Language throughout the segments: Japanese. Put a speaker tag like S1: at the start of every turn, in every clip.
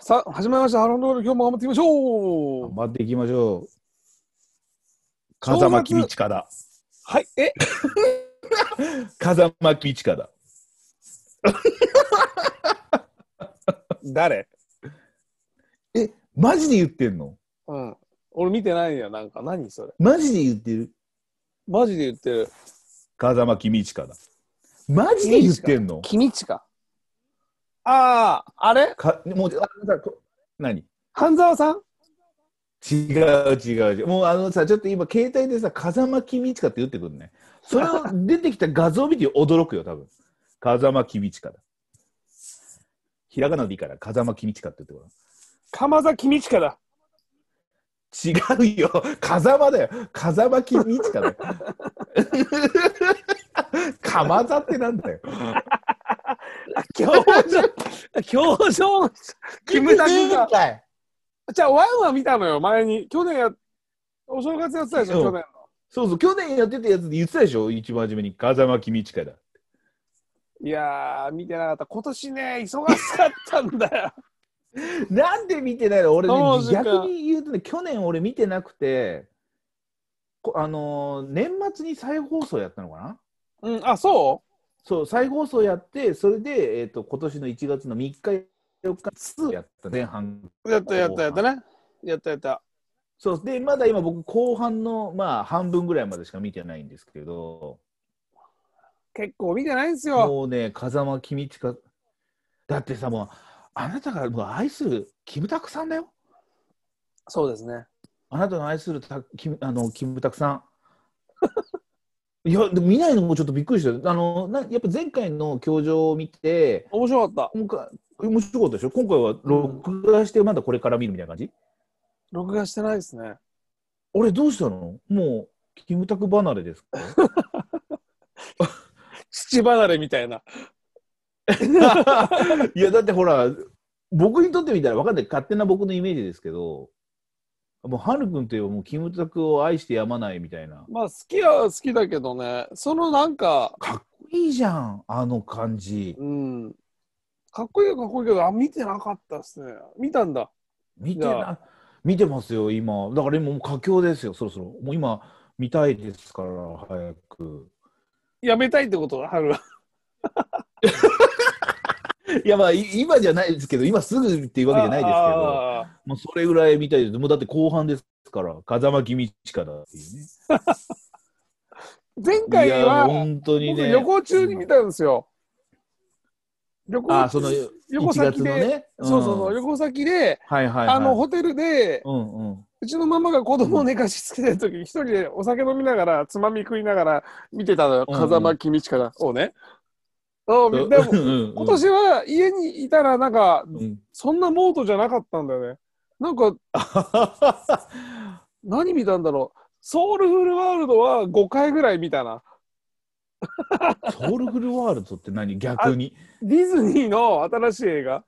S1: さあ、始まりました。ハロンドール、今日も頑張っていきましょう
S2: 頑。張っていきましょう。
S1: 正月
S2: 風間公親だ。
S1: はい、え、
S2: 風間公親だ。
S1: 誰
S2: え、マジで言ってんの
S1: うん。俺見てないよ、なんか。何それ。
S2: マジで言ってる
S1: マジで言ってる。
S2: 風間公親だ。マジで言ってんの
S1: 君ちか。ああ、あれ
S2: かもう、あのさ、こ何
S1: 半沢さん
S2: 違う違う違う。もうあのさ、ちょっと今、携帯でさ、風間公親って言ってくるね。それを出てきた画像を見て驚くよ、多分。風間公親だ。ひらがなでいいから、風間公親って言ってごらん。
S1: 鎌田君ちかだ。
S2: 違うよ、風間だよ、風間公親だよ。鎌座ってなんだよ。
S1: 表 情、表情、キムタクが。
S2: かい。
S1: じゃあ、ワンワン見たのよ、前に。去年や、お正月やってたでしょ、去
S2: そう
S1: 年
S2: そうそう、去年やってたやつで言ってたでしょ、一番初めに風間公親だ。
S1: の。いやー、見てなかった。今年ね、忙しかったんだよ。
S2: なんで見てないの俺
S1: そう
S2: ね、
S1: ですか
S2: 逆に言うとね、去年俺見てなくて、こあのー年末に再放送やったのかな
S1: うん、あ、そ
S2: そう、再放送やって、それで、えっと今年の1月の3日、4日、2やった前半
S1: うやったやったやったね。やったやった。
S2: そうでまだ今僕後半のまあ半分ぐらいまでしか見てないんですけど
S1: 結構見てないんですよ。
S2: もうね風間公親だってさもうあなたがもう愛するキムタクさんだよ
S1: そうですね。
S2: あなたの愛するたキムあのキムタクさん いやでも見ないのもちょっとびっくりしたあのなやっぱ前回の教場を見て
S1: 面白かった。
S2: 今回面白かったでしょ今回は録画してまだこれから見るみたいな感じ、
S1: 録画してないですね。
S2: 俺どうしたのもうキムタク離れですか
S1: 父離れみたいな。
S2: いやだってほら僕にとってみたら分かんない勝手な僕のイメージですけどもうハル君といえばもうキムタクを愛してやまないみたいな
S1: まあ、好きは好きだけどね、そのなんか、
S2: かっこいいじゃんあの感じ
S1: うん、かっこいいよかっこいいけど、あ、見てなかったっすね。見たんだ。
S2: 見て
S1: いや
S2: な見てますよ今だから今もう佳境ですよそろそろもう今見たいですから早く
S1: やめたいってことだ、春は。
S2: いやまあい今じゃないですけど今すぐっていうわけじゃないですけど
S1: あー
S2: もうそれぐらい見たいですもうだって後半ですから風間公親だっていうね
S1: 前回
S2: いや
S1: は、
S2: 本当に
S1: 僕
S2: ね
S1: 旅行中に見たんですよ。旅行
S2: あその
S1: 旅行先で、
S2: ね、
S1: そうそうそう、
S2: ん
S1: 旅行先で、
S2: はいはい、はい、
S1: あの、ホテルで、
S2: うんうん
S1: うちのママが子供を寝かしつけてる時に一人でお酒飲みながらつまみ食いながら見てたのよ
S2: うんうん
S1: 風間公親をね。うんでも
S2: うんうん
S1: 今年は家にいたらなんか
S2: うん、
S1: そんなモードじゃなかったんだよね。なんか何見たんだろうソウルフルワールドは5回ぐらい見たな。
S2: ソウルフルワールドって何逆に
S1: ディズニーの新しい映画。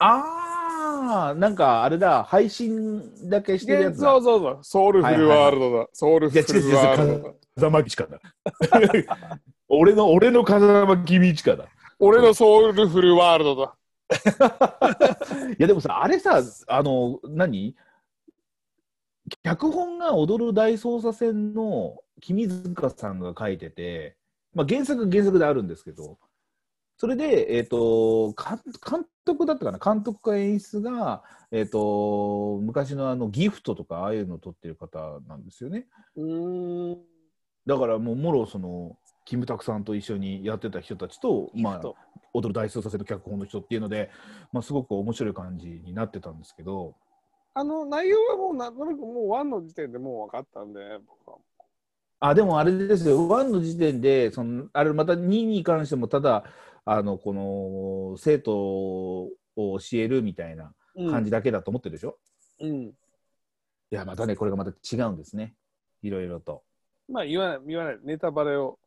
S2: ああーなんかあれだ配信だけしてるや
S1: で
S2: つだ
S1: そうそうそう。ソウルフルワールドだ。ソウル
S2: いや
S1: フ
S2: 違う
S1: ル
S2: 違
S1: ワ
S2: う
S1: ールドだ。
S2: 風間近だ 俺の俺の風間君近だ
S1: 俺のソウルフルワールドだ。
S2: いやでもさあれさあの何脚本が「踊る大捜査線」の君塚さんが書いてて、まあ、原作原作であるんですけどそれで、えー、と監監督だったかな監督か演出が、えー、と昔のあのギフトとかああいうのを撮ってる方なんですよね
S1: うーん。
S2: だからもうもろそのキムタクさんと一緒にやってた人たちと、まあ、踊る大捜査線の脚本の人っていうので、まあ、すごく面白い感じになってたんですけど。
S1: あの内容はもうなんとなくもうワンの時点でもう分かったんで、僕は。
S2: あでもあれですよ、1の時点で、そのあれまた2に関しても、ただあのこの生徒を教えるみたいな感じだけだと思ってるでしょ、
S1: うん。
S2: いや、またね、これがまた違うんですね、いろいろと。
S1: まあ言わない、言わない、ネタバレを。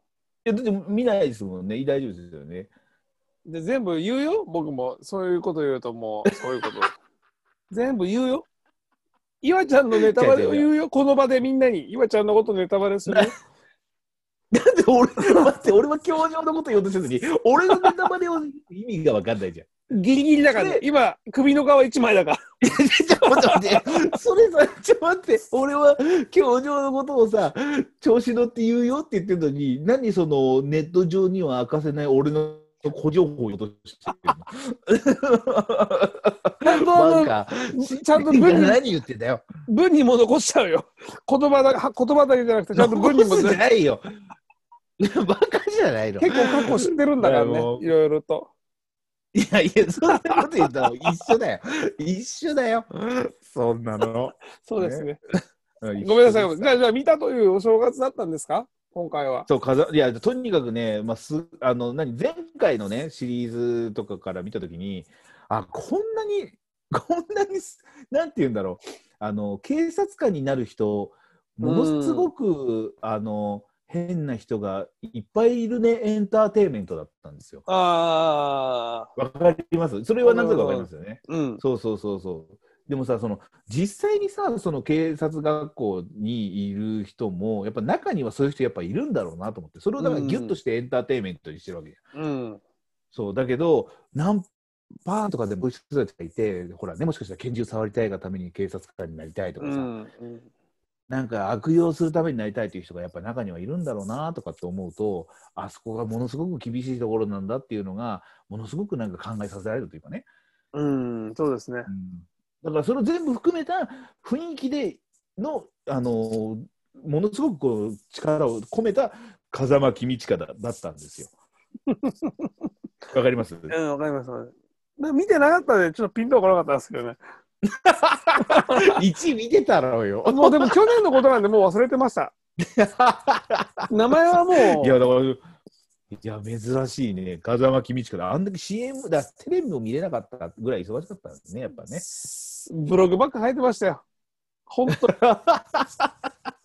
S2: いや、だって見ないですもんね、大丈夫ですよね。
S1: で、全部言うよ、僕も。そういうこと言うともう、そういう こと。全部言うよ。岩ちゃんのネタバレを言うよ、この場でみんなに。岩ちゃんのことネタバレするよ。
S2: だって俺、待って、俺は教授のこと言おうとせずに、俺のネタバレを意味が分かんないじゃん。
S1: ギリギリだから、ね、今、首の皮一枚だから。
S2: ちょっと待って、それさ、ちょっと待って、俺は教場のことをさ、調子乗って言うよって言ってるのに、何そのネット上には明かせない俺の個情報を言おうとしてるのバカ
S1: ちゃんと文に、
S2: 何言ってんだよ。
S1: 文にも残しちゃうよ。言葉だは言葉だけじゃなくて、ちゃんと文にも
S2: 残す
S1: 結
S2: んじゃないよ。バカじゃないの。
S1: 構過去知ってるんだから
S2: い
S1: ね
S2: やも、う
S1: いろいろと。
S2: いやいや、そんなこと言ったら一緒だよ。一緒 だよ。そんな の。
S1: そうですね。
S2: うん
S1: ごめんなさい。じゃあ、じゃあ見たというお正月だったんですか今回は。
S2: そうかざいやとにかくね、まあ、すあの何前回のねシリーズとかから見たときにあこんなに こんなにすなんて言うんだろうあの警察官になる人ものすごくあの変な人がいっぱいいるねエンターテインメントだったんですよ。
S1: ああ、
S2: わかりますそれは何とかわかりますよね。
S1: うん。
S2: そうそうそうそう。でもさその実際にさその警察学校にいる人もやっぱ中にはそういう人やっぱいるんだろうなと思ってそれをだからギュッとしてエンターテインメントにしてるわけじゃん
S1: うん。
S2: そうだけど何パーとかでこういう人たちがいてほらねもしかしたら拳銃触りたいがために警察官になりたいとか
S1: う
S2: さ、
S1: ん。
S2: なんか悪用するためになりたいという人がやっぱり中にはいるんだろうなとかって思うとあそこがものすごく厳しいところなんだっていうのがものすごくなんか考えさせられるというかね。
S1: うん。そうですね。
S2: だからそれを全部含めた雰囲気での、あのーものすごくこう力を込めた風間公親だだった んですよ。わかります
S1: うん、わかります。わかりますで見てなかったんで、ちょっとピンとこなかったんですけどね。
S2: ?1 見てたろうよ。
S1: もうでも去年のことなんで、もう忘れてま した。名前はも、
S2: いうやだからいや珍しいね風間公親だあんだけ CM だテレビも見れなかったぐらい忙しかったんですねやっぱね。
S1: ブログばっか書いてましたよ。本当、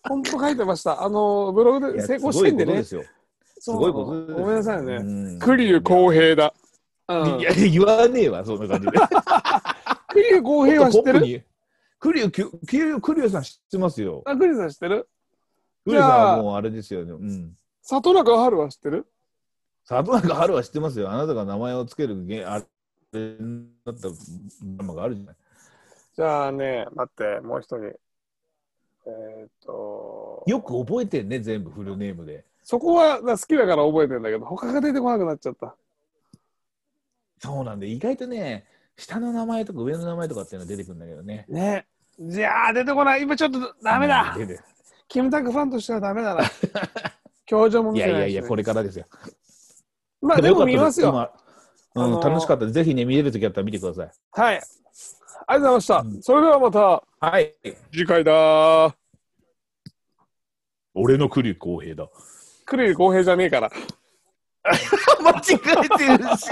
S1: 本当書いてました。あの、ブログ
S2: い
S1: で
S2: や
S1: 成功してんです
S2: ごいことで
S1: ね。
S2: すよ。す
S1: す
S2: ごいことですよ
S1: ごめんなさいね。
S2: うん
S1: クリュ公平だ。うん
S2: いや言わねえわそんな感じで。
S1: クリュ公平は知って
S2: ポップ
S1: る
S2: にクリュきゅクリュクリュさん知ってますよ。
S1: あ、クリュさん知ってる
S2: クリュさん
S1: じゃあ
S2: はもうあれですよね。うん。
S1: 里中春は知ってる
S2: 里中春は知ってますよ。あなたが名前をつけるげあれだったドラマがあるじゃない。
S1: じゃあね、待って、もう一人。えーっと、
S2: よく覚えてんね全部フルネームで。
S1: そこはな好きだから覚えてんだけど、他が出てこなくなっちゃった。
S2: そうなんで意外とね下の名前とか上の名前とかっていうのが出てくるんだけどね。
S1: ね。じゃあ、出てこない。今ちょっとダメだ
S2: う。ん出て
S1: キムタクファンとしてはダメ だな。表情も
S2: い
S1: 見
S2: や
S1: て
S2: い
S1: な
S2: や
S1: いし、ね。
S2: いやこれからですよ。
S1: まあ、でも見ます
S2: でも
S1: よ。
S2: よかったです。今うん
S1: あのー
S2: 楽しかったですぜひね見れる時あったら見てください。
S1: はい。ありがとうございまし
S2: う
S1: た。それではまた
S2: はい。
S1: 次回だ。
S2: 俺のクリュ公 平だ。
S1: クリル公平じゃねえから。
S2: 間違えてるし。